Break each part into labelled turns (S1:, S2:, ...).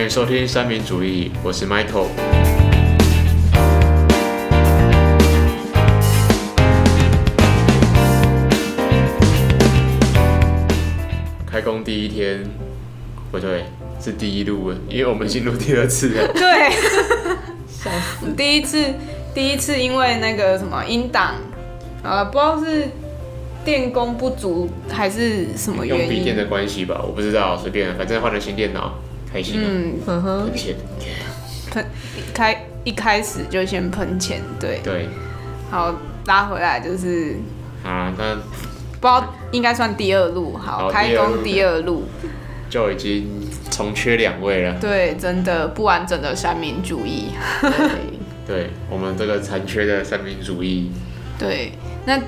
S1: 迎收听三民主义，我是 Michael。开工第一天，不对，是第一路了，因为我们已经录第二次了。
S2: 对，第一次第一次因为那个什么音档，啊，不知道是电工不足还是什么
S1: 用
S2: 原
S1: 笔电
S2: 因。
S1: 的关系吧，我不知道，随便，反正换了新电脑，开心啊，
S2: 嗯，
S3: 嗯哼，
S1: 很钱。
S2: 喷开一开始就先喷钱，对，
S1: 对，
S2: 好拉回来就是
S1: 好啦，那
S2: 不知道应该算第二路，好
S1: 好
S2: 开工
S1: 第
S2: 哦第二路，
S1: 就已经重缺两位了。
S2: 对，真的不完整的三民主义，
S1: 对我们这个残缺的三民主义，
S2: 对，那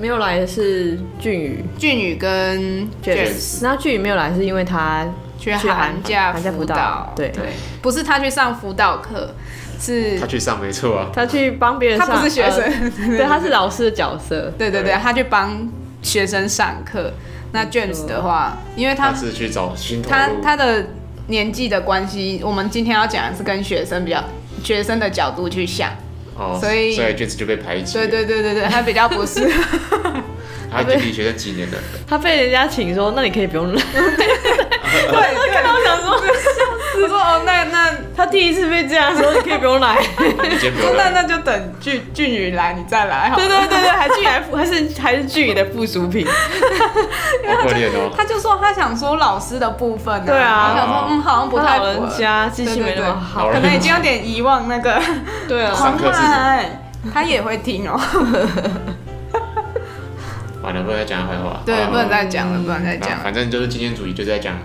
S3: 没有来的是俊宇
S2: 俊宇跟 James
S1: James
S3: 然后俊宇没有来是因为他
S2: 去寒假
S3: 寒假
S2: 辅
S3: 辅导，对，
S2: 对，不是他去上辅导课，是
S1: 他去上没错啊，
S3: 他去帮别人
S2: 他
S3: 上，
S2: 不是学生，
S3: 呃对，他是老师的角色，
S2: 对对对，他去帮学生上课。那 James 的话，因为
S1: 他
S2: 他
S1: 是去找新头
S2: 他
S1: 路。
S2: 他的年纪的关系，我们今天要讲的是跟学生比较学生的角度去想。
S1: 哦，
S2: 所以
S1: 所以卷子就被排挤。
S2: 对，对对对对，他比较不 是，
S1: 他已经离学生几年了，
S3: 他被人家请说，那你可以不用来。
S2: 对，看到我想说， 我说哦，那那
S3: 他第一次被这样说，你可以不用来。
S1: 你先不要 来。
S2: 那那就等俊俊宇来，你再来好了。
S3: 对对对对，还俊宇还附还是还是俊宇的附属品，
S1: 好可怜哦。
S2: 他就说他想说老师的部分、
S3: 对啊
S2: 我想说嗯，好像不
S3: 他
S2: 太
S3: 老
S2: 符合
S3: 人家记性没那么好，
S1: 好
S2: 可
S1: 了
S2: 能已经有点遗忘那个。
S3: 对 啊，
S1: 上课是什么
S2: 黄汉他也会听哦。
S1: 完了，不能再讲他坏话。
S2: 对，
S1: 好
S2: 不能再讲了，不能再
S1: 那
S2: 讲了。
S1: 反正就是今天主题就在讲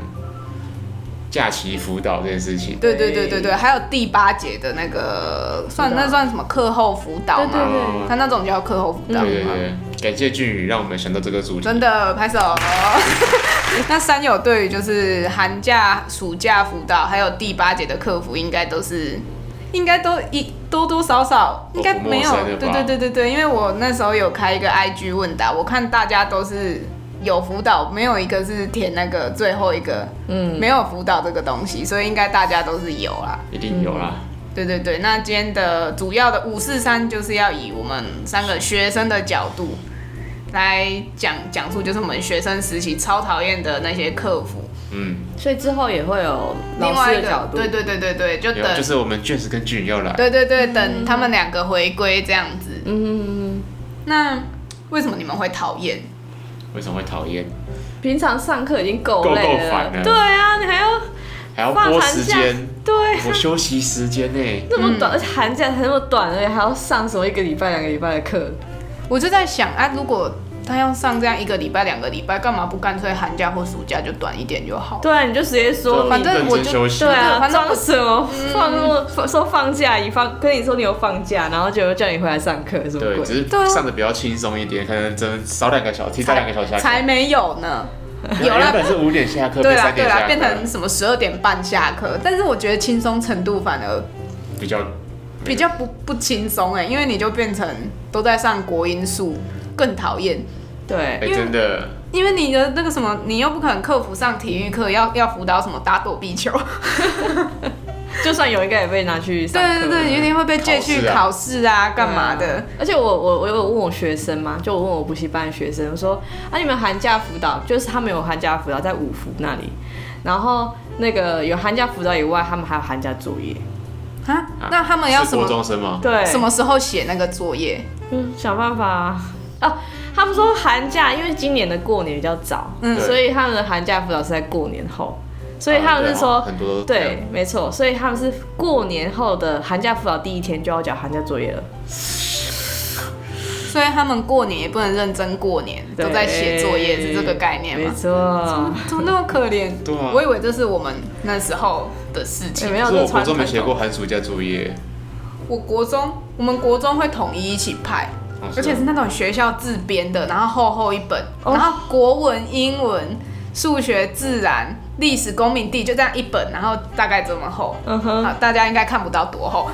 S1: 假期辅导这件事情。
S2: 对对对对对，还有第八节的那个算那算什么课后辅导
S3: 对
S2: 吗？
S3: 对
S1: 哦
S2: 他那种叫课后辅导
S1: 对
S2: 吗？
S1: 对对，感谢俊宇让我们想到这个主题。
S2: 真的拍手。 那三友对于就是寒假、暑假辅导，还有第八节的客服，应该都是，应该都一多多少少应该没有
S1: 我不陌生的，吧
S2: 对对对对对，因为我那时候有开一个 IG 问答，我看大家都是有辅导，没有一个是填那个最后一个，嗯，没有辅导这个东西，所以应该大家都是有啦。
S1: 一定有啦。
S2: 对对对，那今天的主要的五四三就是要以我们三个学生的角度来讲讲述，就是我们学生时期超讨厌的那些客服，
S1: 嗯，
S3: 所以之后也会有
S2: 另
S3: 老
S2: 外
S3: 师
S2: 一
S3: 的角
S2: 个
S3: 度，
S2: 对对对对对，就
S1: 有
S2: 等、
S1: 就是我们卷子跟俊宇要来。
S2: 对对对等他们两个回归这样子。
S3: 嗯，
S2: 那为什么你们会讨厌？
S1: 为什么会讨厌？
S3: 平常上课已经够
S1: 够
S3: 累
S1: 够烦了
S3: 对啊，你还要
S1: 还要
S3: 放
S1: 拨
S3: 寒
S1: 时
S3: 假
S1: 间，，
S3: 对
S1: 我休息时间呢？
S3: 那么短，而且寒假才那么短，而且还要上什么一个礼拜、两个礼拜的课，
S2: 我就在想啊，如果他要上这样一个礼拜、两个礼拜，干嘛不干脆寒假或暑假就短一点就好？
S3: 对啊，你就直接说
S1: 就
S2: 反正
S1: 认
S2: 我
S1: 真
S2: 就
S1: 休息
S3: 对啊，
S2: 反正我嗯
S3: 装什么放那么放说放假，你放跟你说你有放假，然后就叫你回来上课，什么
S1: 对，
S3: 鬼？
S1: 只是
S2: 对啊
S1: 上的比较轻松一点，可能真少两个小时，提早两个小时下课。
S2: 才没有呢。
S1: 原
S2: 有啦
S1: 原本是五点下课，
S2: 对
S1: 变
S3: 啊
S2: 啦
S1: 三
S2: 对
S1: 点
S2: 啦，
S1: 下课
S2: 变，成什么十二点半下课，但是我觉得轻松程度反而
S1: 比较
S3: 哎
S2: 比较不不轻松哎，因为你就变成都在上国音数，更讨厌，
S1: 哎，
S3: 对，
S2: 因为
S1: 真的
S2: 因为你的那个什么，你又不可能克服上体育课，要要辅导什么打躲避 球，
S1: 啊
S3: 就算有，应该也被拿去上
S2: 对
S3: 课。
S2: 对对，有。点会被借去考
S1: 考
S2: 试啊，干嘛的？
S3: 而且我我我有问我学生嘛，就我问我补习班的学生，我说啊你们寒假辅导就是他们有寒假辅导在五福那里，然后那个有寒假辅导以外，他们还有寒假作业，
S2: 啊
S1: 啊，
S2: 那他们要
S1: 是
S2: 什
S1: 国
S2: 么
S1: 中生吗？
S3: 对，啊
S2: 什么时候写那个作业？
S3: 嗯，想办法啊。啊他们说寒假，因为今年的过年比较早，
S2: 嗯
S3: 所以他们的寒假辅导是在过年后，所以他们是说，
S1: 啊对哦很多都这样
S3: 对，没错，所以他们是过年后的寒假辅导第一天就要交寒假作业了，
S2: 所以他们过年也不能认真过年，都在写作业，是这个概念嗯
S3: 没
S2: 吗？
S3: 错，
S2: 怎么那么可怜？
S1: 对
S3: 嗯
S1: 啊
S2: 我以为这是我们那时候的事情
S3: 也。没有
S1: 可是
S3: 这
S1: 我国
S3: 传
S1: 中没
S3: 传
S1: 写过
S3: 统。
S1: 寒暑假作业，
S2: 我国中，我们国中会统一一起派，
S1: 哦
S2: 而且是那种学校自编的，然后厚厚一本，
S3: 啊哦
S2: 然后国文、英文、数学、自然、历史、公民、地就这样一本，然后大概这么厚。
S3: 嗯哼，
S2: 好，大家应该看不 到多厚，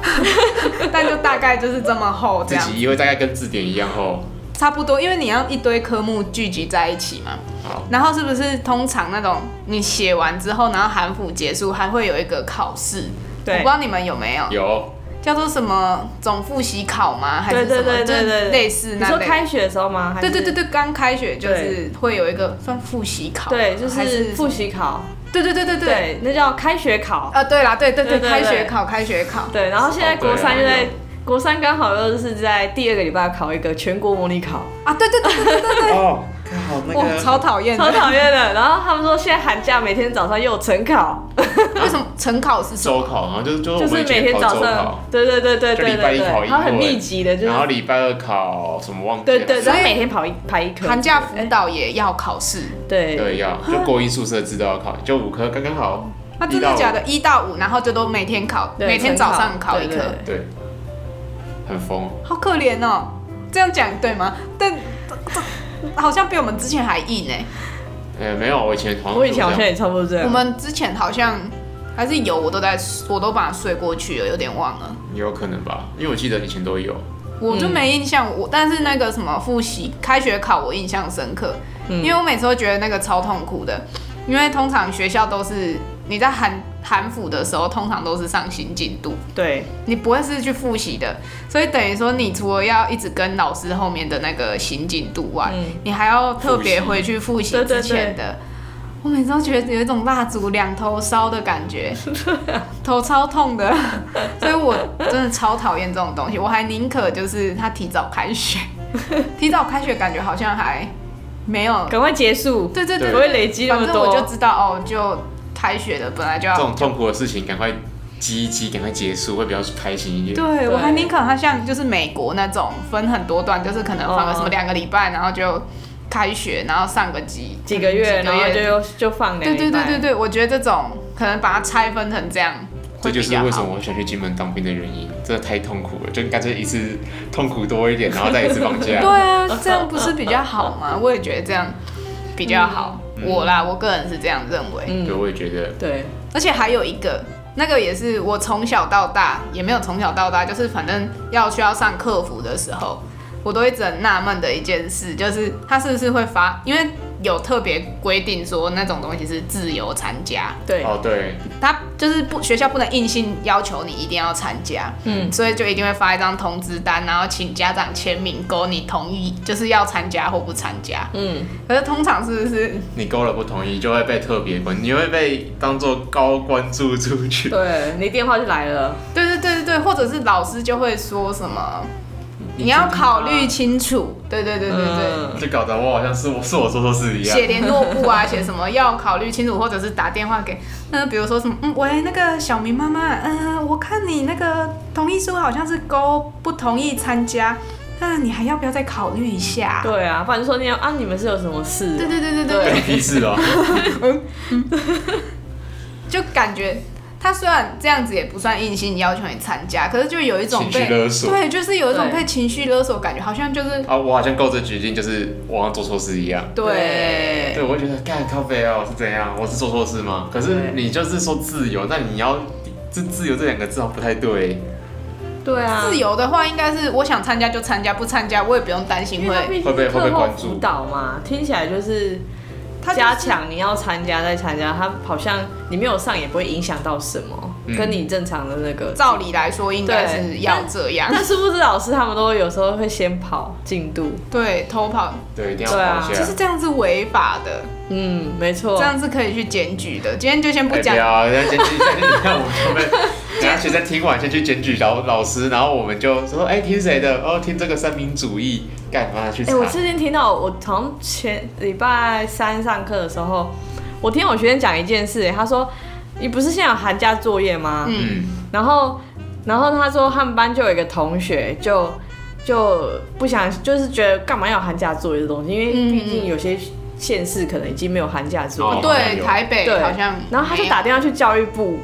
S2: 但就大概就是这么厚这
S1: 啊自
S2: 样。
S1: 己以为大概跟字典一样厚，
S2: 差不多，因为你要一堆科目聚集在一起嘛。
S3: 哦
S1: 好，
S2: 然后是不是通常那种你写完之后，然后韩辅结束还会有一个考试？
S3: 对
S2: 我不知道你们有没有，
S1: 有
S2: 叫做什么总复习考吗？还
S3: 对
S2: 是什
S3: 对
S2: 么？
S3: 对对
S2: 就
S3: 对，
S2: 是类似
S3: 你
S2: 那
S3: 说
S2: 类
S3: 开学的时候吗？还
S2: 对
S3: 是
S2: 对对对，刚开学就是会有一个算复习考吗，
S3: 对，就
S2: 还
S3: 是复习考，
S2: 对对对对对，
S3: 对，那叫开学考。
S2: 啊对啦，对对对，
S3: 对对对
S2: 开学考开学考，
S3: 对，然后现在
S1: 哦对啊
S3: 国三就
S1: 还
S3: 在
S1: 有
S3: 国三刚好又是在第二个礼拜考一个全国模拟考，
S2: 啊对对对对对对，
S1: 哦，看好那
S2: 哇超讨厌的，
S3: 超讨厌的。然后他们说现在寒假每天早上又有晨考，
S2: 为什么晨考是什么？
S1: 周考，然后就是就是
S3: 就
S1: 我们
S3: 是
S1: 以
S3: 每
S1: 前
S3: 天
S1: 考
S3: 早
S1: 周
S3: 上
S1: 考，，
S3: 对对对对
S1: 就
S3: 对
S1: 礼拜
S3: 对
S1: 一考
S3: 对，
S1: 一
S3: 它很
S1: 会
S3: 密集的，就是
S1: 然后礼拜二考什么忘记了？
S3: 对对，
S2: 所
S3: 然
S2: 以
S3: 后每天跑一排一科，
S2: 寒假辅导也要考试
S3: 对
S1: 对 要就国英数设置都要考，就五科刚刚好。
S2: 啊？真的假的？一到五，然后就都每天考，
S3: 对
S2: 每天早上
S3: 晨
S2: 考一
S3: 对对
S2: 科，
S3: 对
S1: 对，很疯。
S2: 好可怜哦。这样讲对吗？但这这好像比我们之前还硬哎。
S1: 呃，没有，我以前好像
S3: 我以前好像
S1: 都
S3: 也差不多这
S2: 我
S3: 样。
S2: 们之前好像还是有，我都在，我都把它睡过去了，有点忘了。
S1: 这样有可能吧，因为我记得以前都有。
S2: 我就没印象，我但是那个什么复习开学考我印象深刻，因为我每次都觉得那个超痛苦的，因为通常学校都是你在韩韩辅的时候，通常都是上新进度，
S3: 对
S2: 你不会是去复习的，所以等于说你除了要一直跟老师后面的那个新进度外，你还要特别回去复习
S3: 嗯对对
S2: 之
S3: 对
S2: 前的。我每次都觉得有一种蜡烛两头烧的感觉，头超痛 的，所以我真的超讨厌这种东西。我还宁可就是他提早开 学，提早开学感觉好像还没有，
S3: 赶快结束，
S2: 对对
S1: 对
S2: 对，
S3: 不会累积那
S2: 反
S3: 么
S2: 正我就
S3: 多。
S2: 知道哦，就开学了，本来就要
S1: 这种痛苦的事情，赶快积一积，赶快结束，会比较开心一点。
S2: 对，我还
S3: 对
S2: 宁可它像就是美国那种分很多段，就是可能放个什么
S3: 哦
S2: 两个礼拜，然后就开学，然后上个几
S3: 几个月，然后就又就放两
S2: 对
S3: 个
S2: 对
S3: 礼
S2: 对
S3: 拜
S2: 对对，我觉得这种可能把它拆分成这样，
S1: 这
S2: 会
S1: 就
S2: 比
S1: 是
S2: 较
S1: 为什
S2: 好。
S1: 么我想去金门当兵的原因，真的太痛苦了，就干脆一次痛苦多一点，然后再一次放假。
S2: 对啊，这样不是比较好吗？我也觉得这样比较好。
S3: 嗯
S2: 我啦，我个人是这样认为。
S1: 对，我也觉得
S3: 对
S2: 而且还有一个，那个也是我从小到大也没有从小到大，就是反正要需要上客服的时候，我都一直很纳闷的一件事，就是他是不是会发，因为有特别规定说那种东西是自由参加，
S3: 对
S1: 哦，对，
S2: 他就是不学校不能硬性要求你一定要参加，嗯，所以就一定会发一张通知单，然后请家长签名勾你同意，就是要参加或不参加。
S3: 嗯，
S2: 可是通常是不是
S1: 你勾了不同意，就会被特别关，你会被当做高关注出去。
S3: 对，你电话就来了。
S2: 对对对对对，或者是老师就会说什么，你要考虑清楚。对对对对对，
S3: 嗯
S1: 就搞得我好像是我是我说错事一样
S2: 写。联络簿啊，写什么要考虑清楚，或者是打电话给，那比如说什么，嗯，喂，那个小明妈妈，嗯、我看你那个同意书好像是勾不同意参加，那、你还要不要再考虑一下？
S3: 对啊，反正说你要啊，你们是有什么事？
S2: 对对对对对
S3: 对
S1: 关你屁事哦！
S2: 就感觉他虽然这样子也不算硬性要求你参加，可是就有一种
S1: 情绪
S2: 被
S1: 勒索
S2: 对，就是有一种
S3: 对
S2: 被情绪勒索，感觉好像就是
S1: 啊，我好像勾这决定，就是我好像做错事一样。
S2: 对
S1: 对，我会觉得干靠背哦，是怎样？我是做错事吗？可是
S3: 对
S1: 你就是说自由，那你要这自由这两个字好像不太对。
S3: 对啊，
S2: 自由的话，应该是我想参加就参加，不参加我也不用担心
S3: 因为它
S2: 会。
S3: 毕
S1: 会
S3: 竟
S1: 被
S3: 是
S1: 会被
S3: 课后
S1: 关注
S3: 辅导嘛，听起来就是
S2: 它就是
S3: 加强你要参加再参加，它好像你没有上也不会影响到什么，
S1: 嗯
S3: 跟你正常的那个。
S2: 照理啊来说，应该是要这 样。
S3: 但是不是老师他们都有时候会先跑进度？
S2: 对，偷跑
S1: 对，一定要
S3: 对啊
S1: 放下
S2: 其。实这样是违法的，
S3: 嗯，没错
S2: 这。样是可以去检举的。今天就先不
S1: 哎
S2: 讲
S1: 不，要，人家检举，你看我们就被，等下学生听完先去检举老老师，然后我们就说，哎、听谁的？哦，听这个三民主义，干嘛去
S3: 哎、
S1: 查？
S3: 我之前听到，我好像前礼拜三上课的时候，我听我学生讲一件事、哎他说：“你不是现在有寒假作业吗？”
S1: 嗯，
S3: 然后，然后他说他们班就有一个同学就就不想，就是觉得干嘛要寒假作业这东西，因为
S2: 嗯
S3: 毕竟有些县市可能已经没有寒假作
S1: 哦
S3: 业。
S2: 对，台北
S3: 对，
S2: 好像没有，
S3: 然后他就打电话去教育部，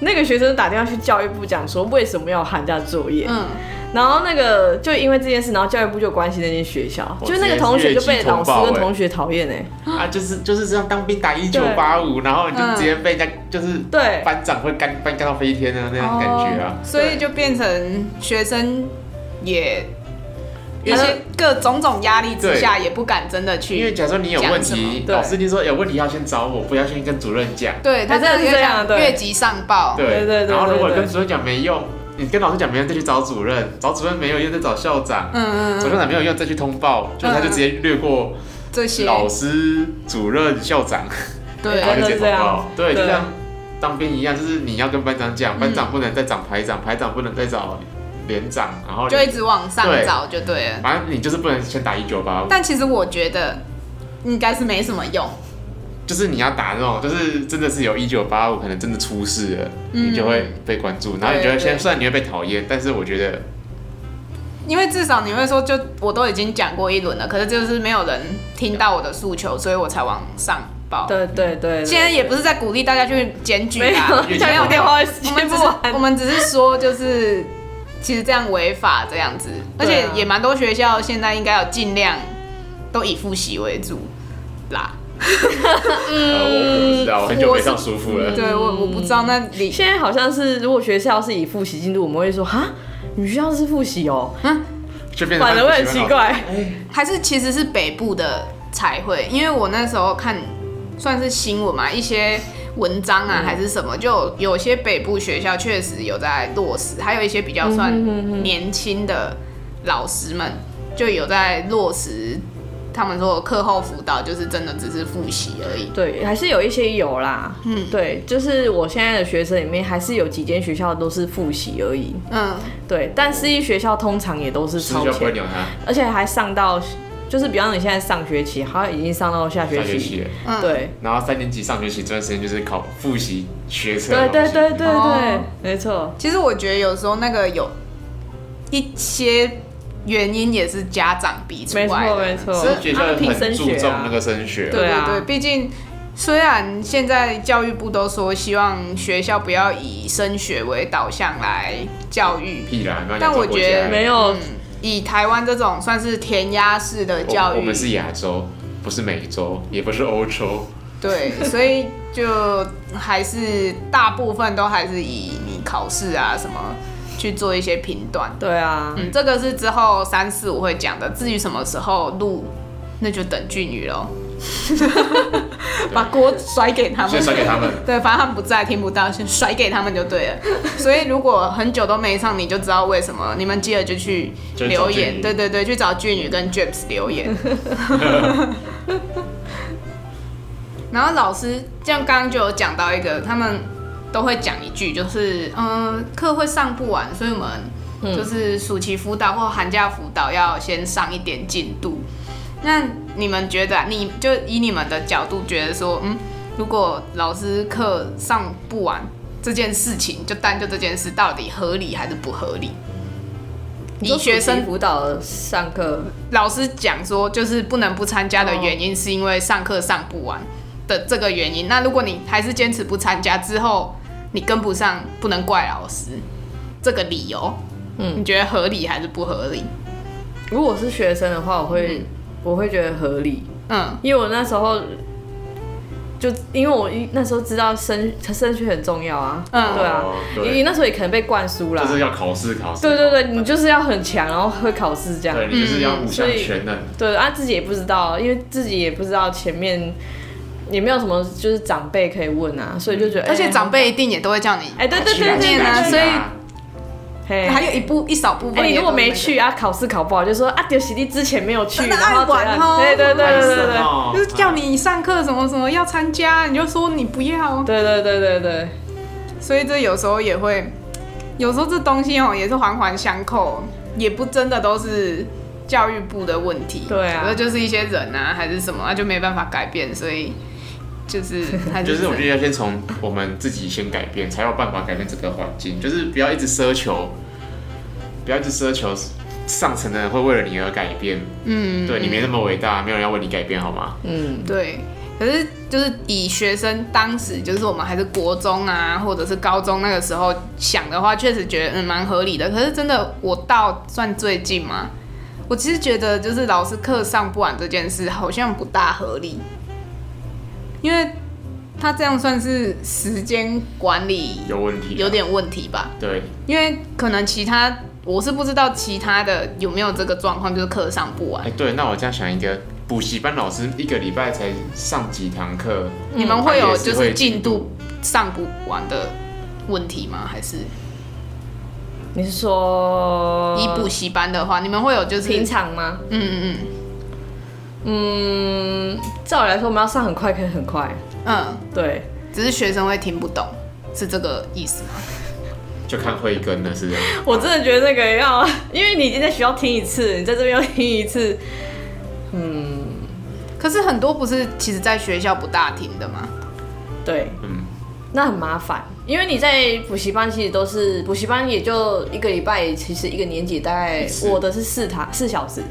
S3: 那个学生打电话去教育部讲说为什么要有寒假作业，
S2: 嗯，
S3: 然后那个就因为这件事，然后教育部就关心那间学
S2: 哦
S3: 校，
S1: 我
S3: 就那个同学就被老师
S1: 直接越级通报
S3: 跟
S1: 欸
S3: 同学讨厌哎、
S1: 啊，就是就是这样，当兵打一九八五，然后你就直接被人家就是
S3: 嗯对嗯
S1: 班长会干班干到飞啊天的那种感觉啊
S2: 哦。所以就变成学生也一些各种种压力之下，也不敢真的
S1: 因为
S2: 去。
S1: 假设你有问
S2: 讲什
S1: 题
S3: 么，对
S1: 老师一定说有问题要先找我，不要先跟主任讲。
S2: 对他
S3: 哎真的是
S2: 就
S3: 这样对
S2: 越级上报，
S1: 对
S3: 对对对
S1: 然后如果
S3: 对对
S1: 跟主任讲没用，你跟老师讲没用，再去找主任，找主任没有用，再找校长。
S2: 嗯嗯
S1: 找
S2: 嗯，
S1: 校长没有用，再去通报，就他就直接略过
S2: 这些
S1: 老师、主任、校长，
S2: 对
S1: 然后就直接通报。
S3: 真
S1: 对，
S3: 的这样
S1: 就
S3: 对
S1: 像当兵一样，就是你要跟班长讲，班长不能再找排长，排长不能再找连长，然后
S2: 就一直往上
S1: 对
S2: 找就对了。
S1: 反正你就是不能先打一九八五，
S2: 但其实我觉得应该是没什么用，
S1: 就是你要打那种，就是真的是有一九八五，可能真的出事了，
S2: 嗯
S1: 你就会被关注，然后你觉得
S2: 对
S1: 现在
S2: 对
S1: 虽然你会被讨厌，但是我觉得
S2: 因为至少你会说，就我都已经讲过一轮了，可是就是没有人听到我的诉求，所以我才往上报。
S3: 对对对，
S2: 现在啊也不是在鼓励大家去检举
S3: 没
S2: 啦，
S1: 越
S3: 有，
S1: 讲
S3: 讲
S1: 越
S3: 讲电话
S2: 我
S3: 接
S2: 们只
S3: 不
S2: 是啊我
S3: 完。
S2: 们只是说，就是其实这样违法这样子，而
S3: 对
S2: 且
S3: 啊
S2: 也蛮多学校现在应该有尽量都以复习为主啦。
S1: 呃，我不知道， 我很久
S2: 我
S1: 没
S2: 是
S1: 上舒服了。
S3: 嗯
S2: 对我我不知道那里
S3: 现在好像是，如果学校是以复习进度，我们会说哈，你们学校是复习哦，
S1: 就变成
S3: 反
S1: 他
S3: 而
S1: 们
S3: 会
S1: 不
S3: 很
S1: 喜
S3: 奇
S1: 欢老师。
S3: 怪。
S2: 还是其实是北部的才会，因为我那时候看算是新闻嘛，一些文章
S3: 嗯
S2: 啊还是什么，就有有些北部学校确实有在落实，还有一些比较
S3: 嗯
S2: 算年轻的老师们就有在落实。他们说课后辅导就是真的只是复习而已，
S3: 对，还是有一些有啦。
S2: 嗯
S3: 嗯，对，就是我现在的学生里面，还是有几间学校都是复习而已。
S2: 嗯，
S3: 对，但私立学校通常也都是
S1: 师
S3: 超
S1: 就不会
S3: 前，
S1: 鸟他，
S3: 而且还上到，就是比方说你现在上学期，好像已经上到下学
S1: 上学
S3: 期。
S1: 期了，
S2: 嗯
S3: 对，
S1: 然后三年级上学期这段时间就是考复习学车的
S3: 对
S1: 东
S3: 对
S1: 西，
S3: 对对对
S2: 哦，
S3: 没错。
S2: 其实我觉得有时候那个有一些原因也是家长逼出
S3: 没
S2: 来
S3: 错
S2: 的，
S3: 没错，
S1: 所以学
S3: 他
S1: 校
S3: 们拼
S1: 很
S3: 升
S1: 注
S3: 学
S1: 重
S3: 啊
S1: 那个升学，
S2: 对
S3: 对啊
S2: 对对，毕竟虽然现在教育部都说希望学校不要以升学为导向来教育，
S1: 屁啦，嗯没有
S2: 但我觉得
S3: 没有
S2: 嗯，以台湾这种算是填鸭式的
S1: 教育，
S2: 教育，
S1: 哦我们是亚洲，不是美洲，也不是欧洲，
S2: 对，所以就还是大部分都还是以你考试啊什么去做一些评断。
S3: 对啊，
S2: 嗯，这个是之后三四五会讲的，至于什么时候录，那就等俊宇喽。 把锅甩给
S3: 啊
S2: 他们，
S1: 所以传给 他们。
S2: 对，反正他们不在，听不到，先甩给他们就对了。 所以如果很久都没上，你就知道为什么。你们记得就去
S1: 就去找
S2: 留
S1: 俊
S2: 言，
S1: 宇
S2: 对对对，去找俊宇跟 James 留言。然后老师这样刚刚就有讲到一个，他们都会讲一句，就是嗯，课会上不完，所以我
S1: 嗯
S2: 们就是暑期辅导或寒假辅导要先上一点进度。那你们觉得啊、你就以你们的角度觉得说，嗯，如果老师课上不完这件事情，就单就这件事到底合理还是不合理？
S3: 你说
S2: 以学
S3: 暑期
S2: 生
S3: 辅导上课，
S2: 老师讲说，就是不能不参
S3: 哦
S2: 加的原因是因为上课上不完的这个原因。那如果你还是坚持不参加之后，你跟不上，不能怪老师这个理由。嗯，你觉得合理还是不合理？
S3: 如果是学生的话，我会
S1: 嗯
S3: 我会觉得合理。
S2: 嗯
S3: 因为我那时候就因为我一那时候知道升升学很重要啊，
S2: 嗯
S3: 对啊
S1: 哦，对
S3: 你你那时候也可能被灌输啦
S1: 就，是要考试考试，
S3: 对对对，你就是要很强，然后会考试这样，
S1: 对你就是要五项
S3: 所以
S1: 全能，
S3: 对啊，自己也不知道，因为自己也不知道前面也没有什么就是长辈可以问啊，所以就觉得，
S2: 嗯而且
S3: 哎
S2: 长辈一定也都会叫你。
S3: 哎，对对
S1: 去啊
S3: 对对
S2: 念
S1: 去
S2: 啊
S1: 去
S2: 所以
S3: 对，
S2: 还
S3: 嘿
S2: 有一部一少部分、
S3: 哎，你如果没去，啊，考试考不好就说啊，丢洗地之前没有去，
S2: 真的
S3: 然后怎
S2: 爱
S3: 样
S2: 管哦？
S3: 对对对对对
S1: 烦
S3: 对
S1: 死了
S2: 就是叫
S3: 嗯
S2: 你上课什么什么要参加，你就说你不要，
S3: 对对对对对，
S2: 所以这有时候也会，有时候这东西哦也是环环相扣，也不真的都是教育部的问题，
S3: 对啊
S2: 有的就是一些人啊还是什么，那就没办法改变，所以就是还是
S1: 就是我觉得要先从我们自己先改变，才有办法改变这个环境。就是不要一直奢求，不要一直奢求上层的人会为了你而改变。
S2: 嗯
S1: 对你没那么伟大，没有人要为你改变，好吗？
S3: 嗯。
S2: 对，可是就是以学生当时就是我们还是国中啊，或者是高中那个时候想的话，确实觉得嗯蛮合理的。可是真的我到算最近嘛，我其实觉得就是老师课上不完这件事好像不大合理，因为他这样算是时间管理
S1: 有问题啊、
S2: 有点问题吧。
S1: 对，
S2: 因为可能其他我是不知道其他的有没有这个状况，就是课上不完
S1: 哎、。对，那我这样想一个，补习班老师一个礼拜才上几堂课，
S3: 嗯
S2: 你们会
S1: 他
S2: 有
S1: 也是
S2: 就是
S1: 会
S2: 进
S1: 进
S2: 度上不完的问题吗？还是
S3: 你是说
S2: 以补习班的话，你们会有就是
S3: 呃平常吗？
S2: 嗯嗯嗯
S3: 嗯，照理来说我们要上很快，可以很快。
S2: 嗯，
S3: 对，
S2: 只是学生会听不懂，是这个意思吗？
S1: 就看慧根了，是不是？
S3: 我真的觉得那个要， 因为你已经在学校听一次，你在这边又听一次，
S2: 可是很多不是其实在学校不大听的吗？
S3: 对，
S1: 嗯，
S3: 那很麻烦，因为你在补习班其实都是补习班，也就一个礼拜，其实一个年级大概
S1: 一次
S3: 我的是四堂四小时，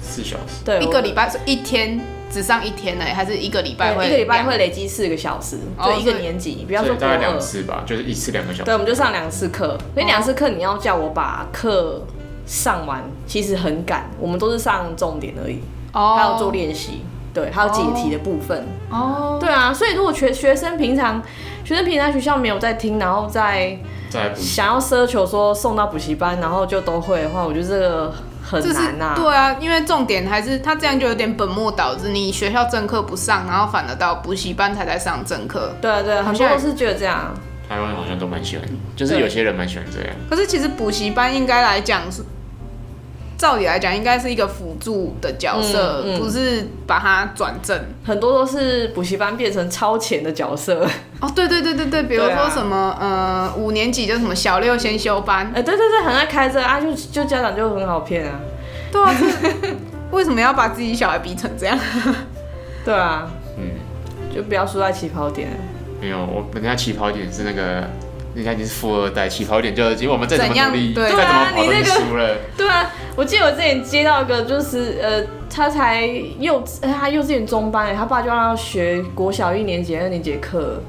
S1: 四小时，
S3: 对，
S2: 一
S3: 我
S2: 个礼拜是一天只上一天呢，还是一个礼拜会
S3: 对一个礼拜
S2: 两
S3: 会累积四个小时，
S2: 哦
S3: 就一个
S2: 所以
S3: 年级，不要
S1: 所
S3: 说
S1: 以
S3: 国
S1: 大概两
S3: 二，
S1: 次吧，就是一次两个小时
S3: 对，我。们就上两次课，所以两次课你要叫我把课上完，其实很赶，我们都是上重点而已，
S2: 哦，
S3: 还有做练习，对，还有解题的部分，
S2: 哦，
S3: 对啊，所以如果学学生平常学生平常学校没有在听，然后在
S1: 再补习，
S3: 想要奢求说送到补习班，然后就都会的话，我觉得这个
S2: 这
S3: 很
S2: 是
S3: 难呐、
S2: 对啊，因为重点还是他这样就有点本末倒置，你学校正课不上，然后反而到补习班才在上正课。
S3: 对啊对啊，
S2: 好
S3: 很
S2: 像
S3: 多都是觉得这样。
S1: 台湾好像都蛮喜欢，就是
S3: 对
S1: 有些人蛮喜欢这样。
S2: 可是其实补习班应该来讲是，照理来讲应该是一个辅助的角色，
S3: 嗯嗯
S2: 不是把它转正。
S3: 很多都是补习班变成超前的角色，
S2: 哦，对对对对对，比如
S3: 对啊
S2: 说什么、呃五年级就什么小六先修班
S3: 哎、，对对对，很爱开这个啊，就就家长就很好骗啊，
S2: 对啊，这为什么要把自己小孩逼成这样？
S3: 对啊，
S1: 嗯，
S3: 就不要输在起跑点了，
S1: 没有，我人家起跑点是那个，人家已经是富二代，起跑点就已经我们再怎么
S2: 怎样
S1: 努力，
S2: 对
S1: 再怎么
S3: 对啊
S1: 跑都
S3: 你
S1: 是
S3: 那个
S1: 输了。
S3: 对啊，我记得我之前接到一个就是呃，他才幼稚，他幼稚园中班欸，他爸就让他学国小一年级、二年级课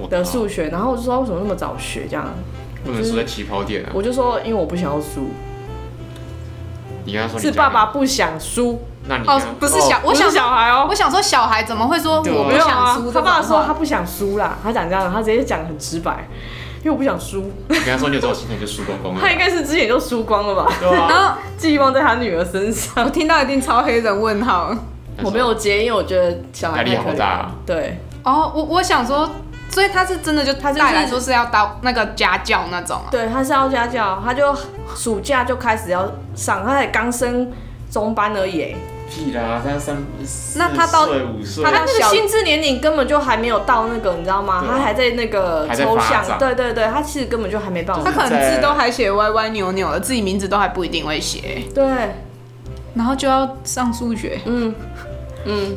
S1: 我靠
S3: 的数
S1: 哦
S3: 学，然后我就说为什么那么早学这样，
S1: 不能输在起跑点啊！
S3: 我就说因为我不想要输，
S1: 你跟他哦说你
S3: 是
S1: 这样
S3: 爸爸，不想输，
S1: 那你
S2: 哦
S1: 跟他，
S2: 不是小，我
S3: 不
S2: 想说，
S3: 是小孩哦
S2: 我，想说小孩怎么会说
S1: 对
S2: 我不
S3: 没有
S2: 想
S3: 啊
S2: 输这，
S3: 他
S2: 种话？
S3: 爸说他不想输啦，他讲这样，他直接讲很直白，因为我不想输，
S1: 你跟他说你有这种心态你就输光光了
S3: 他。应该是之前就输光了吧，
S1: 对啊，
S2: 然后
S3: 寄望在他女儿身上。
S2: 我听到一定超黑人问号。
S3: 我没有接，因为我觉得小孩
S1: 压力
S3: 太可
S1: 好
S3: 怜
S1: 大
S3: 了
S1: 啊。
S3: 对，
S2: 哦，我我想说，所以他是真的就他
S3: 就是
S2: 带来说是要到那个家教那种啊。
S3: 对，他是要家教，他就暑假就开始要上，他才刚升中班而已欸，
S1: 屁啦，他三四
S2: 那他到
S1: 岁五岁
S3: 啊他，那个
S2: 小
S3: 心智年龄根本就还没有到那个，你知道吗？
S1: 对啊
S3: 他还在那个
S1: 还在
S3: 抽
S1: 发
S3: 象，
S1: 展
S3: 对对对，他其实根本就还没办
S2: 他
S3: 法。
S2: 可能
S1: 在
S2: 字都还写歪歪扭扭的，自己名字都还不一定会写，
S3: 对，
S2: 然后就要上数学。
S3: 嗯嗯，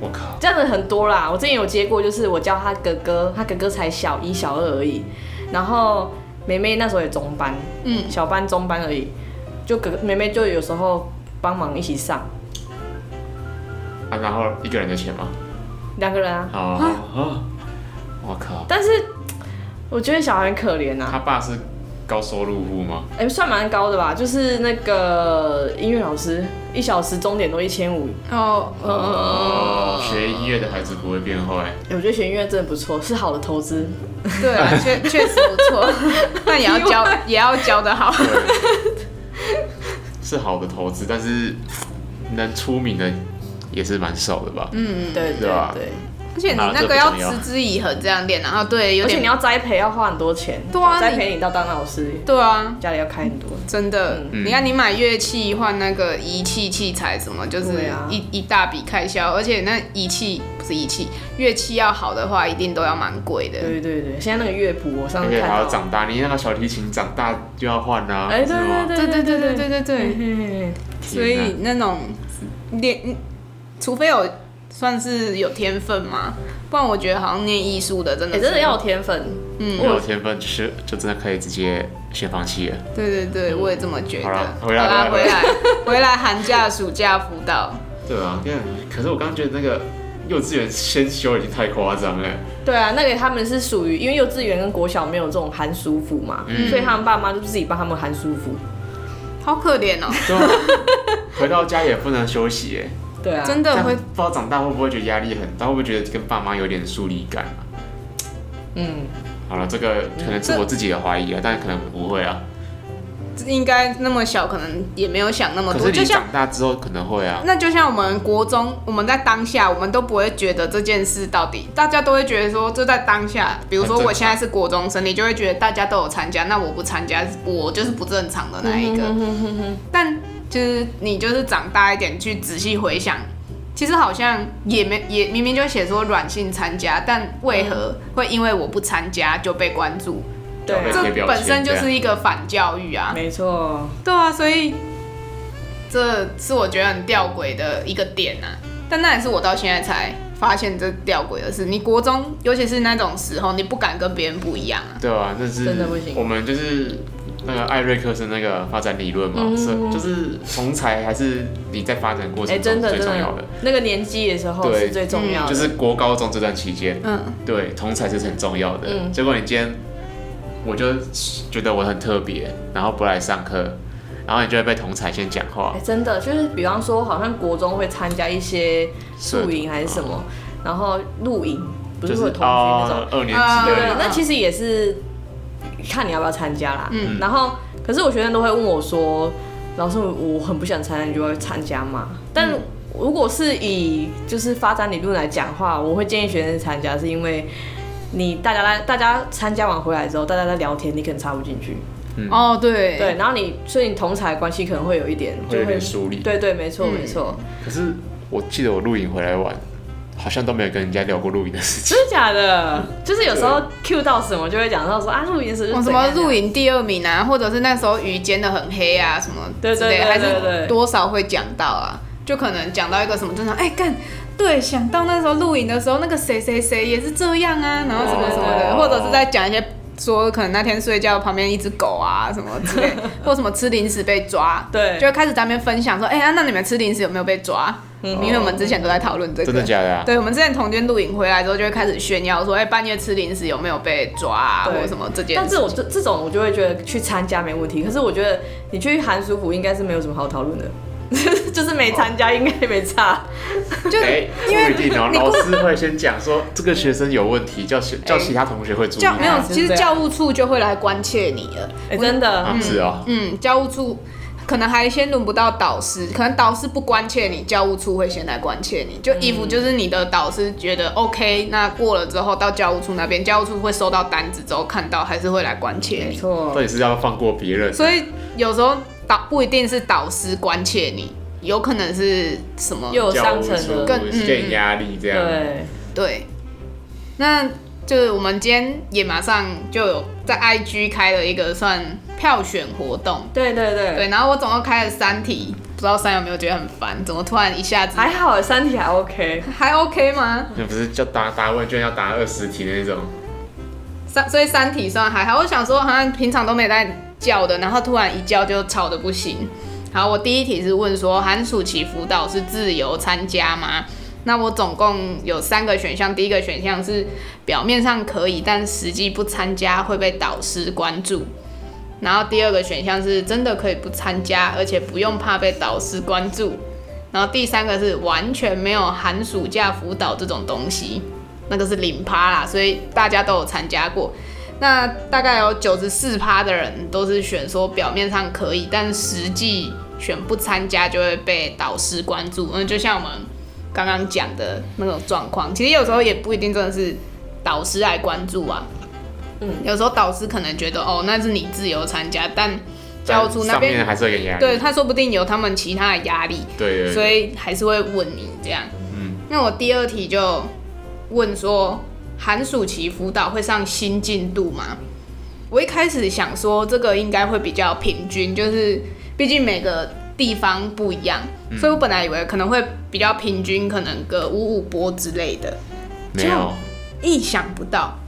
S1: 我靠，
S3: 这样的很多啦。我之前有接过，就是我教他哥哥，他哥哥才小一、小二而已，然后妹妹那时候也中班，
S2: 嗯，
S3: 小班、中班而已，就哥哥妹妹就有时候帮忙一起上，
S1: 啊，然后一个人的钱吗？
S3: 两个人啊。
S1: 好啊，我靠，
S3: 但是我觉得小孩很可怜啊，
S1: 他爸是高收入户吗？
S3: 哎、算蛮高的吧，就是那个音乐老师一小时钟点都一千五，
S2: 哦，
S3: 呃
S1: 哦，学音乐的孩子不会变坏，
S3: 哎我觉得学音乐真的不错，是好的投资。
S2: 对 啊，确确实不 错，但也要教，也要教的好。
S1: 对是好的投资，但是能出名的也是蛮少的吧？
S3: 嗯，对
S1: 对啊
S3: 对，
S2: 而且你
S1: 啊
S2: 那
S1: 这
S2: 个
S1: 不
S2: 要
S1: 重要
S2: 持之以恒这样练，然后对，有
S3: 而且你
S2: 点
S3: 要栽培要花很多钱，
S2: 对啊
S3: 栽培你到当老师，
S2: 对啊，
S3: 家里要开很多。
S2: 真的。
S1: 嗯
S2: 你看你买乐器换那个仪器器材什么，就是
S3: 对啊
S2: 一一大笔开销，而且那仪器不是仪器，乐器要好的话，一定都要蛮贵的。
S3: 对对对，现在那个乐谱我上
S1: 而
S3: 次
S1: 且
S3: 看
S1: 还要
S3: 到，
S1: 长大，你那个小提琴长大就要换啦、
S3: 哎、
S1: 是吗？
S3: 对
S2: 对对对
S3: 对
S2: 对
S3: 对对
S2: 对
S3: 对
S2: 对对。
S3: 对，
S1: 啊
S2: 所以那种练，除非有算是有天分嘛，不然我觉得好像念艺术的真
S3: 哎、
S2: 的是
S3: 真的要有天分。
S1: 天哪没有天分就是就真的可以直接先放弃了。
S2: 对对对，我也这么觉得。
S1: 嗯好啦回来
S2: 好
S1: 回
S2: 啦回
S1: 来
S2: 来 回来，寒假暑假辅导，
S1: 对啊，这样可是我刚刚觉得那个幼稚园先修已经太夸张了。
S3: 对啊，那个他们是属于，因为幼稚园跟国小没有这种含舒服嘛，所以他们爸妈就自己帮他们含舒服。
S2: 好可怜 哦、
S1: 就回到家也不能休息耶，
S3: 对啊，
S2: 真
S1: 这
S2: 的
S1: 样不
S2: 会
S1: 知道长大会不会觉得压力很大，会不会觉得跟爸妈有点疏离感啊、
S3: 嗯，
S1: 好了，这个可能是我自己的怀疑啊，但可能不会啊。
S2: 应该那么小，可能也没有想那么
S1: 可
S2: 多。
S1: 是
S2: 就
S1: 你
S2: 像
S1: 长大之后可能会啊，
S2: 那就像我们国中，我们在当下，我们都不会觉得这件事到底，大家都会觉得说这在当下。比如说
S1: 很正常
S2: 我现在是国中生，你就会觉得大家都有参加，那我不参加，我就是不正常的那一个。但就是你就是长大一点去仔细回想，其实好像也没也明明就写说软性参加，但为何会因为我不参加就被关注？
S3: 对
S1: 被
S3: 啊，
S2: 这
S1: 贴标签
S2: 本身就
S1: 对啊
S2: 是一个反教育啊。
S3: 没错，
S2: 对啊，所以这是我觉得很吊诡的一个点啊。但那也是我到现在才发现这吊诡的事。你国中，尤其是那种时候，你不敢跟别人不一样啊。
S1: 对啊，那是
S3: 真的不行
S1: 我们就是那个艾瑞克森那个发展理论嘛，
S3: 嗯
S1: 是、就是同才还是你在发展过
S3: 哎、
S1: 程
S3: 真
S1: 中
S3: 的
S1: 最
S3: 真
S1: 重要的
S3: 的，，那个年纪的时候
S1: 对嗯
S3: 是最重要的，
S1: 就是国高中这段期间，
S2: 嗯，
S1: 对同才是很重要的。
S3: 嗯
S1: 结果你今天我就觉得我很特别，然后不来上课，然后你就会被同才先讲话
S3: 哎、，真的就是，比方说，好像国中会参加一些宿营还是什么，然后露营，
S1: 啊就
S3: 不
S1: 是是
S3: 会有同学那种。
S1: 哦二年级
S2: 啊
S1: 的
S3: 对
S1: 人
S3: 对，
S2: 嗯
S3: 那其实也是看你要不要参加啦。
S2: 嗯
S3: 然后，可是我学生都会问我说：“老师，我很不想参加，你就要参加嘛？”但
S2: 嗯
S3: 如果是以就是发展理论来讲话，我会建议学生参加，是因为你大家来，大家参加完回来之后，大家在聊天，你可能插不进去。
S2: 哦，对，
S3: 对，然后你所以你同才关系可能会有一点，
S1: 会
S3: 就
S1: 有点疏离。
S3: 对对，没错
S2: 嗯
S3: 没错，
S1: 可是我记得我露营回来玩，好像都没有跟人家聊过露营的事情。
S3: 真的假的？就是有时候 cue 到什么就会讲到说啊，露营时
S2: 我
S3: 是
S2: 什
S3: 怎样
S2: 么
S3: 怎样
S2: 露营第二名啊，或者是那时候鱼煎的很黑啊，什么
S3: 对
S2: 之类的，
S3: 对对
S2: 还
S3: 对对
S2: 是多少会讲到啊，就可能讲到一个什么正常，哎干。对，想到那时候露营的时候，那个谁谁谁也是这样啊，然后什么什么的，
S1: 哦
S2: 或者是在讲一些说可能那天睡觉旁边一只狗啊什么之类， 或什么吃零食被抓，
S3: 对
S2: 就会开始在那边分享说，哎、啊那你们吃零食有没有被抓？嗯，因为我们之前都在讨论这个，
S1: 真的假的啊？
S2: 对，我们之前童军露营回来之后，就会开始炫耀说，哎、半夜吃零食有没有被抓、啊，
S3: 对
S2: 或什么这件事。
S3: 但是我这这种我就会觉得去参加没问题，可是我觉得你去韩舒服应该是没有什么好讨论的， 就是没参加应该也没差。
S2: 就
S1: 哎，不一定哦。老师会先讲说这个学生有问题，叫
S2: 哎
S1: 学叫其他同学会注意啊
S2: 教
S1: 他。
S2: 没有，
S3: 是
S2: 其实
S3: 这样
S2: 教务处就会来关切你了。
S3: 哎、真的，
S1: 啊，是哦，
S2: 嗯，教务处可能还先轮不到导师，可能导师不关切你，教务处会先来关切你。就衣服就是你的导师觉得 OK，那过了之后到教务处那边，教务处会收到单子之后看到，还是会来关切
S3: 没
S2: 你。
S3: 错
S1: 到，底是要放过别人？
S2: 所以有时候导不一定是导师关切你，有可能是什么
S3: 又有
S1: 教
S3: 上
S1: 务
S3: 层
S1: 处
S3: 的，
S2: 更嗯嗯
S1: 给你压力这样。
S3: 对，
S2: 对，那就是我们今天也马上就有在 IG 开了一个算票选活动，
S3: 对对对，
S2: 对，然后我总共开了三题，不知道三有没有觉得很烦？怎么突然一下子
S3: 还好欸三体还 OK，
S2: 还 OK 吗？
S1: 那不是叫答答问卷要答二十题那种，
S2: 三所以三题算还好，我想说好像平常都没在叫的，然后突然一叫就吵得不行。好，我第一题是问说寒暑期辅导是自由参加吗？那我总共有三个选项，第一个选项是表面上可以，但实际不参加会被导师关注。然后第二个选项是真的可以不参加，而且不用怕被导师关注。然后第三个是完全没有寒暑假辅导这种东西，那个是零趴啦，所以大家都有参加过。那大概有九十四趴的人都是选说表面上可以，但实际选不参加就会被导师关注。嗯，就像我们刚刚讲的那种状况，其实有时候也不一定真的是导师来关注啊。
S3: 嗯，
S2: 有时候导师可能觉得哦，那是你自由参加，但教务处那
S1: 上面
S2: 边
S1: 还是会给你压力。
S2: 对他说不定有他们其他的压力，
S1: 对对，
S2: 所
S1: 对
S2: 以还是会问你这样。
S1: 嗯，
S2: 那我第二题就问说，寒暑期辅导会上新进度吗？我一开始想说这个应该会比较平均，就是毕竟每个地方不一样，
S1: 嗯
S2: 所以我本来以为可能会比较平均，可能个五五波之类的，
S1: 没有
S2: 意想不到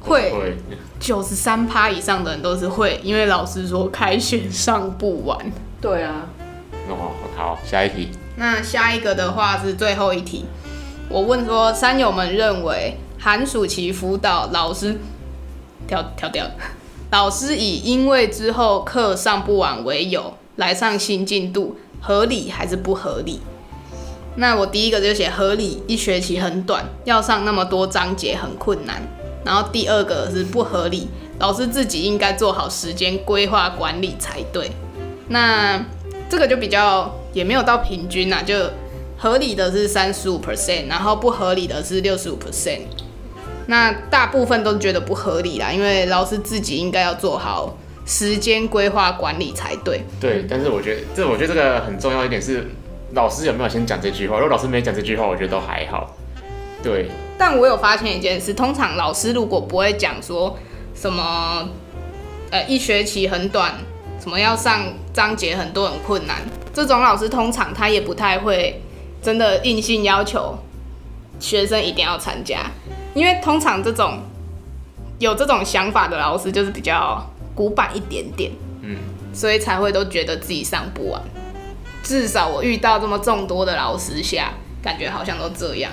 S2: 会
S1: 会
S2: 九十三趴以上的人都是会，因为老师说开学上不完。
S3: 对啊，
S1: 哦好，下一题，
S2: 那下一个的话是最后一题，我问说，山友们认为寒暑期辅导老师跳跳掉， 老师以因为之后课上不完为由来上新进度，合理还是不合理？那我第一个就写合理，一学期很短，要上那么多章节很困难。然后第二个是不合理，老师自己应该做好时间规划管理才对。那这个就比较也没有到平均啊啦，就合理的是三十五 percent，然后不合理的是六十五 percent。那大部分都觉得不合理啦，因为老师自己应该要做好时间规划管理才对。
S1: 对，但是我觉得这，我觉得这个很重要一点是，老师有没有先讲这句话？如果老师没讲这句话，我觉得都还好。对，
S2: 但我有发现一件事，通常老师如果不会讲说什么，呃，一学期很短，什么要上章节很多很困难，这种老师通常他也不太会真的硬性要求学生一定要参加，因为通常这种有这种想法的老师就是比较古板一点点，
S1: 嗯，
S2: 所以才会都觉得自己上不完。至少我遇到这么众多的老师下，感觉好像都这样。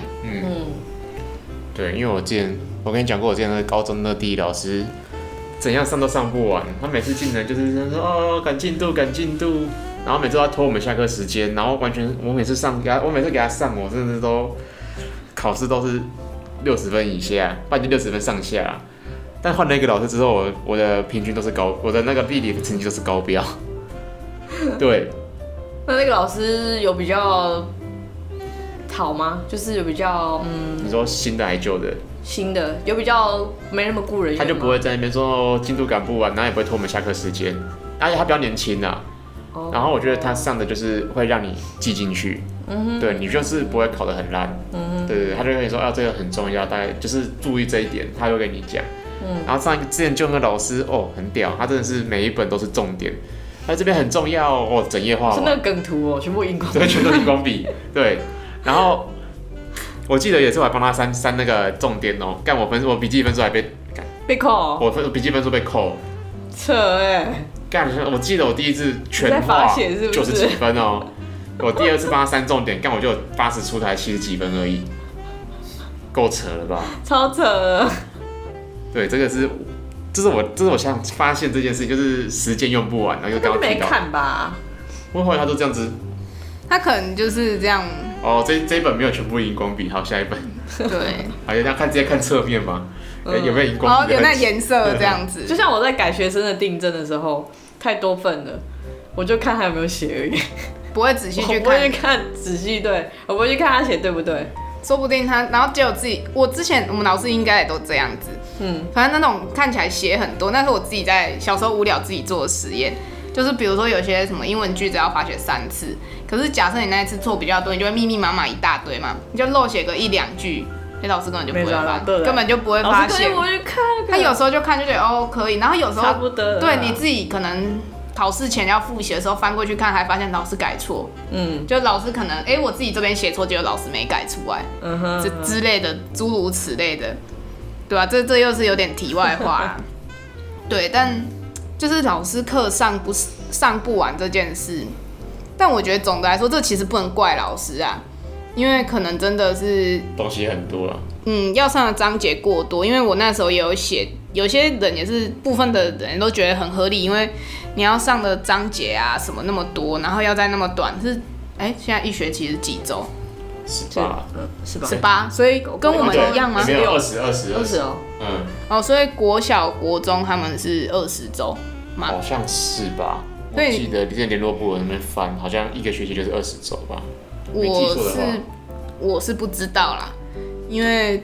S1: 对，因为我之前我跟你讲过，我之前那个高中的地理老师怎样上都上不完，他每次进来就是这样说哦赶进度赶进度，然后每次都要拖我们下课时间，然后完全我每次上给他，我每次给他上，我真的都考试都是六十分以下，半就六十分上下。但换了一个老师之后，我我的平均都是高，我的那个地理成绩都是高标。 对，
S3: 那那个老师有比较好吗？就是有比较嗯
S1: 你说新的还旧的，
S3: 新的，有比较没那么顾人怨吗
S1: 他就不会在那边说哦进度赶不完，然后也不会拖我们下课时间，而且他比较年轻啊。
S3: 哦
S1: 然后我觉得他上的就是会让你记进去，对你就是不会考得很烂，对对对，他就跟你说啊这个很重要，大概就是注意这一点，他就跟你讲。然后上一个之前就那个老师哦很屌，他真的是每一本都是重点，他这边很重要哦，哦整页画
S3: 是
S1: 完，
S3: 那个梗图哦，全部荧光。
S1: 对，全都荧光笔，对，然后我记得有一次我还帮他删删那个重点哦，干我分数我笔记分数还被
S3: 被扣，
S1: 我分笔记分数被扣，
S3: 哦扯哎、
S1: 干！我记得我第一次全
S3: 你在罚
S1: 画
S3: 写是不
S1: 九
S3: 是
S1: 十几分哦，我第二次帮他删重点，干我就八十出头，七十几分而已，够扯了吧？
S3: 超扯的。
S1: 对，这个是，这是我，这是我想发现这件事情，就是时间用不完，然后就
S3: 那
S1: 刚
S3: 就
S1: 刚
S3: 没
S1: 提到，
S3: 看吧？
S1: 我后来他都这样子，
S2: 他可能就是 这样，
S1: 哦，这这一本没有全部荧光笔，好，下一本，
S2: 对，
S1: 好，这样看直接看侧面嘛，
S3: 嗯
S1: 诶有没有荧
S2: 然
S1: 光
S2: 后
S3: 哦
S1: 笔？
S2: 有那颜色这样子
S3: 就，像我在改学生的订正的时候，太多份了，我就看他有没有写而已。
S2: 不会仔细
S3: 我
S2: 去
S3: 不会
S2: 看
S3: 去，看仔细，对，我不会去看他写对不对。
S2: 说不定他，然后只有自己。我之前我们老师应该也都这样子，
S3: 嗯，
S2: 反正那种看起来写很多，那是我自己在小时候无聊自己做的实验，就是比如说有些什么英文句子要罚写三次，可是假设你那一次错比较多，你就会密密麻麻一大堆嘛，你就漏写个一两句，那老师根本就不
S3: 没
S2: 会
S3: 抓
S2: 发
S3: 到啊对，
S2: 根本就不会
S3: 老
S2: 发
S3: 师可以
S2: 现。
S3: 我去看，
S2: 他有时候就看就觉得哦可以，然后有时候
S3: 差不多了啦。
S2: 对你自己可能考试前要复习的时候翻过去看，还发现老师改错，
S3: 嗯
S2: 就老师可能哎、诶我自己这边写错，结果老师没改出来，
S3: 嗯哼，
S2: 这之类的诸如此类的，对吧、啊这这又是有点题外话啦。对，但就是老师课上不是上不完这件事，但我觉得总的来说，这其实不能怪老师啊，因为可能真的是
S1: 东西很多啊了，
S2: 嗯，要上的章节过多，因为我那时候也有写，有些人也是部分的人都觉得很合理，因为你要上的章节啊什么那么多，然后要在那么短，是哎、现在一学期是几周？
S1: 十
S3: 是
S1: 八，
S3: 嗯是吧
S2: 十？八，所以跟我们
S1: 对
S2: 一样吗
S1: 没？有二十，二十，
S3: 二十，哦，
S1: 嗯，
S2: 哦，所以国小、国中他们是二十周嘛，
S1: 好像是吧？我
S2: 对
S1: 记得之前联络部那边翻，好像一个学期就是二十周吧。没记
S2: 我
S1: 错的话
S2: 是我是不知道啦，因为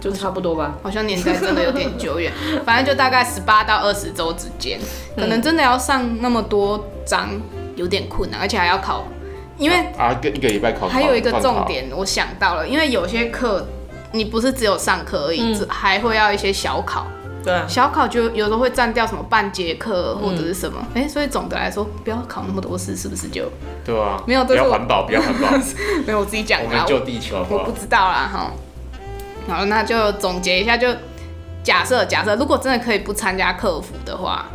S3: 就差不多吧。
S2: 好像年代真的有点久远， 反正就大概十八到二十周之间，可能真的要上那么多章有点困难，而且还要考，因为
S1: 啊，跟一个礼拜考。
S2: 还有一个
S1: 考
S2: 重，点我想到了，因为有些课你不是只有上课而已，只还会要一些小考，
S3: 对啊，
S2: 小考就有时候会占掉什么半节课或者是什么，哎、所以总的来说不要考那么多次，是不是就
S1: 考对啊，
S2: 没有
S1: 不
S2: 这是
S1: 要
S2: 我
S1: 环保，不要环 保，
S2: 没有我自己讲
S1: 我
S2: 的啊
S1: 们救地球好不
S2: 我不
S1: 好？
S2: 知道啦哈。好，那就总结一下，就假设假设，如果真的可以不参加客服的话，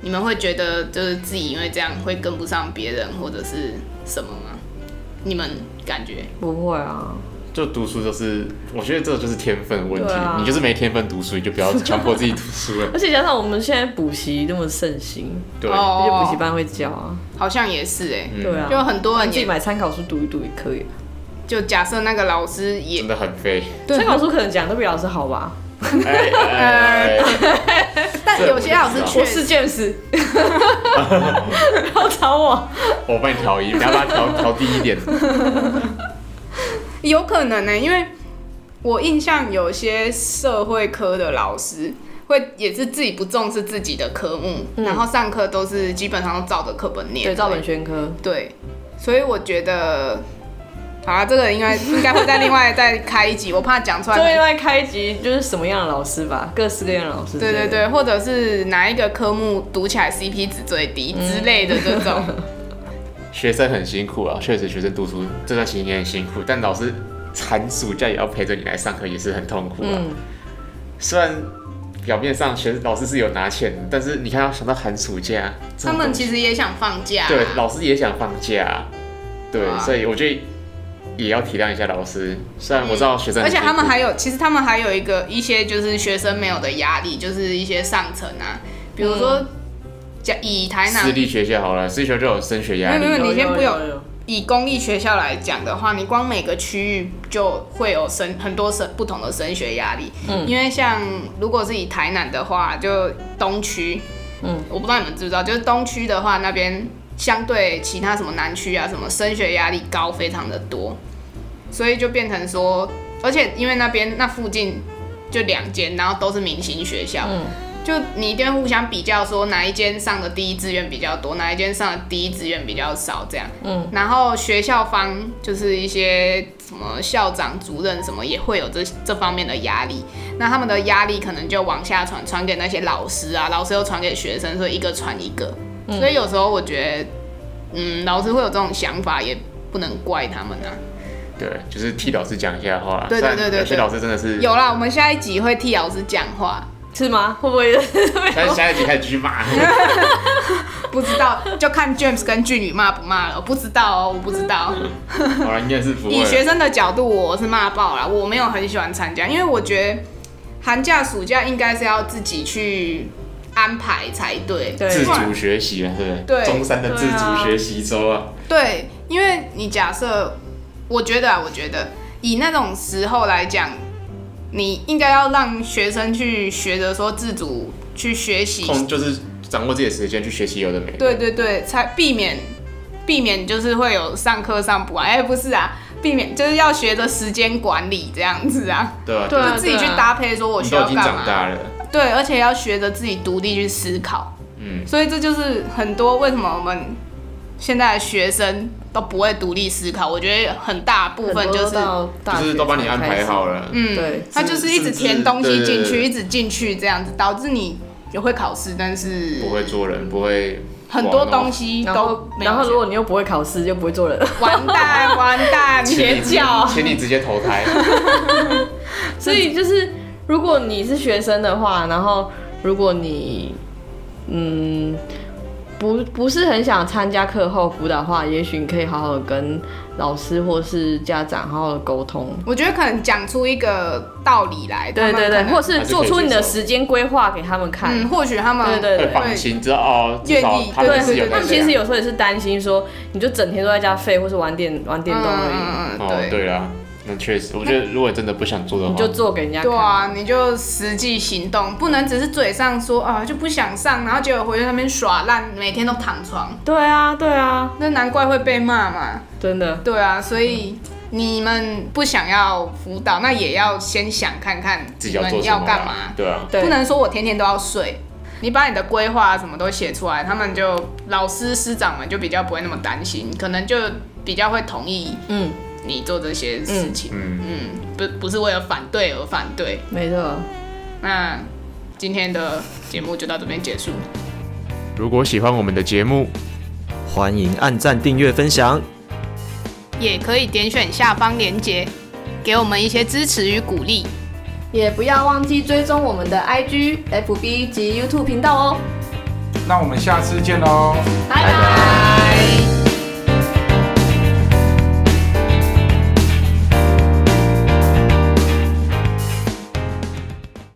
S2: 你们会觉得就是自己因为这样会跟不上别人或者是什么吗？你们感觉？
S3: 不会啊，
S1: 就读书就是，我觉得这就是天分问题
S3: 对啊。
S1: 你就是没天分读书，你就不要强迫自己读书 了。
S3: 而且加上我们现在补习那么盛行，
S1: 对，
S3: 而且补
S2: 哦，
S3: 习班会教啊，
S2: 好像也是哎、
S1: 嗯
S3: 对啊，
S2: 就很多人
S3: 自己
S2: 也
S3: 买参考书读一读也可以。
S2: 就假设那个老师也
S1: 真的很废。
S2: 对
S3: 参考书可能讲得比老师好吧？
S1: 哎哎哎
S4: 但有些老师
S1: 这
S3: 我
S4: 确
S3: 是
S4: 实，
S3: James，然后找我，
S1: 我帮你调一，你要把它调调低一点。
S2: 有可能呢、因为我印象有些社会科的老师会也是自己不重视自己的科目，
S3: 嗯
S2: 然后上课都是基本上都照着课本念，
S3: 对，照本宣科。
S2: 对，所以我觉得。好啊，这个应该应该会再另外再开一集，我怕讲出来
S3: 就
S2: 很
S3: 另外开一集，就是什么样的老师吧，各式各样的老师。
S2: 对对，对，或者是哪一个科目读起来 CP 值最低之类的这种，
S1: 学生很辛苦啊，确实学生读书这段时间也很辛苦，但老师寒暑假也要陪着你来上课，也是很痛苦啊。
S3: 嗯，
S1: 虽然表面上学老师是有拿钱的，但是你看要想到寒暑假，这
S2: 他
S1: 种
S2: 们
S1: 东西
S2: 其实也想放假、
S1: 对老师也想放假，对，
S2: 啊
S1: 所以我觉得也要体谅一下老师。虽然我知道学生
S2: 嗯而
S1: 很
S2: 且
S1: 辛苦、
S2: 他们还有，其实他们还有一个一些就是学生没有的压力，就是一些上层啊，比如
S1: 嗯
S2: 说讲、以台南
S1: 私立学校好了，私立学校就有升学压
S2: 没有没
S1: 力，
S2: 有你先不有
S3: 有有
S2: 以公立学校来讲的话，你光每个区域就会有升很多升不同的升学压力。
S3: 嗯
S2: 因为像如果是以台南的话，就东区，
S3: 嗯，
S2: 我不知道你们知不知道，就是东区的话，那边相对其他什么南区啊，什么升学压力高，非常的多，所以就变成说，而且因为那边那附近就两间，然后都是明星学校，
S3: 嗯
S2: 就你一定会互相比较，说哪一间上的第一志愿比较多，哪一间上的第一志愿比较少，这样。
S3: 嗯。
S2: 然后学校方就是一些什么校长、主任什么也会有这这方面的压力，那他们的压力可能就往下传，传给那些老师啊，老师又传给学生，所以一个传一个。所以有时候我觉得，嗯，老师会有这种想法，也不能怪他们啊。
S1: 对，就是替老师讲一下话啦。
S2: 对对
S1: 虽然
S2: 对对
S1: 有些
S2: 对
S1: 老师真的是，
S2: 有啦，我们下一集会替老师讲话，
S3: 是吗？会 不会？
S1: 但是下一集开始继续骂。
S2: 不知道就看 James 跟俊宇骂不骂了，我不知道哦，我不知道。
S1: 好了，应该是不会
S2: 以
S1: 了。
S2: 学生的角度，我是骂爆了，我没有很喜欢参加，因为我觉得寒假、暑假应该是要自己去安排才对。
S3: 对
S1: 自主学习啊，对不
S2: 对
S1: 中山的自主学习周啊，
S2: 对，因为你假设，我觉得啊，我觉得以那种时候来讲，你应该要让学生去学着说自主去学习，
S1: 空就是掌握自己的时间去学习有的没的。
S2: 对对对，才避免避免就是会有上课上不完，哎、不是啊，避免就是要学着时间管理这样子啊，
S1: 对啊，
S3: 对啊
S2: 就自己去搭配说我
S1: 你
S2: 需
S1: 都
S2: 要
S1: 已经
S2: 干嘛。
S1: 长大了，
S2: 对，而且要学着自己独立去思考。
S1: 嗯，
S2: 所以这就是很多为什么我们现在的学生都不会独立思考。我觉得很大部分就是，
S1: 就是都帮你安排好。了。
S2: 嗯，
S3: 对
S2: 他就是一直填东西进
S1: 甚至
S2: 去，一直进去这样子，导致你也会考试，但是
S1: 不会做人，不会
S2: 很多东西
S3: 然
S2: 都
S3: 后，
S2: 没有
S3: 然后如
S2: 学
S3: 果你又不会考试，就不会做人，
S2: 完 蛋完蛋，
S1: 邪
S2: 邪教。
S1: 请你直接投 胎。
S3: 所以就是如果你是学生的话，然后如果你嗯不不是很想参加课后辅导的话，也许你可以好好地跟老师或是家长好好的沟通，
S2: 我觉得可能讲出一个道理来，
S3: 对
S2: 他们
S3: 对
S2: 可
S3: 对，
S2: 能
S3: 或是做出你的时间规划给他们看。
S2: 嗯，或许他们
S3: 对对
S1: 会
S3: 对。
S1: 放心，知道哦，至少
S2: 愿意
S1: 他们
S2: 对
S1: 是有
S3: 他
S1: 在
S3: 们其实
S1: 想。
S3: 有时候也是担心说，你就整天都在家废，或是玩电玩电动而
S2: 嗯嗯嗯，
S1: 哦，
S2: 对。
S1: 对啦，那确实，我觉得如果真的不想做的
S3: 已，你就
S1: 话，
S3: 做给人家看。
S2: 对啊，你就实际行动，不能只是嘴上说啊就不想上，然后结果回去那边耍烂，每天都躺床，
S3: 对啊，对啊，
S2: 那难怪会被骂嘛。
S3: 真的，
S2: 对啊，所以你们不想要辅导，那也要先想看看
S1: 自
S2: 你
S1: 己要做
S2: 们
S1: 什
S2: 要
S1: 么
S2: 干
S1: 啦
S2: 嘛，
S1: 对啊，
S3: 对
S2: 不能说我天天都要睡。你把你的规划什么都写出来，他们就老师师长们就比较不会那么担心，可能就比较会同意
S3: 嗯，
S2: 你做这些事情。
S1: 嗯，
S2: 嗯，不不是为了反对而反对，
S3: 没错。
S2: 那今天的节目就到这边结束。
S1: 如果喜欢我们的节目，
S5: 欢迎按赞、订阅、分享。
S2: 也可以点选下方链接，给我们一些支持与鼓励。
S6: 也不要忘记追踪我们的 IG、FB 及 YouTube 频道哦。
S7: 那我们下次见喽。
S6: 拜拜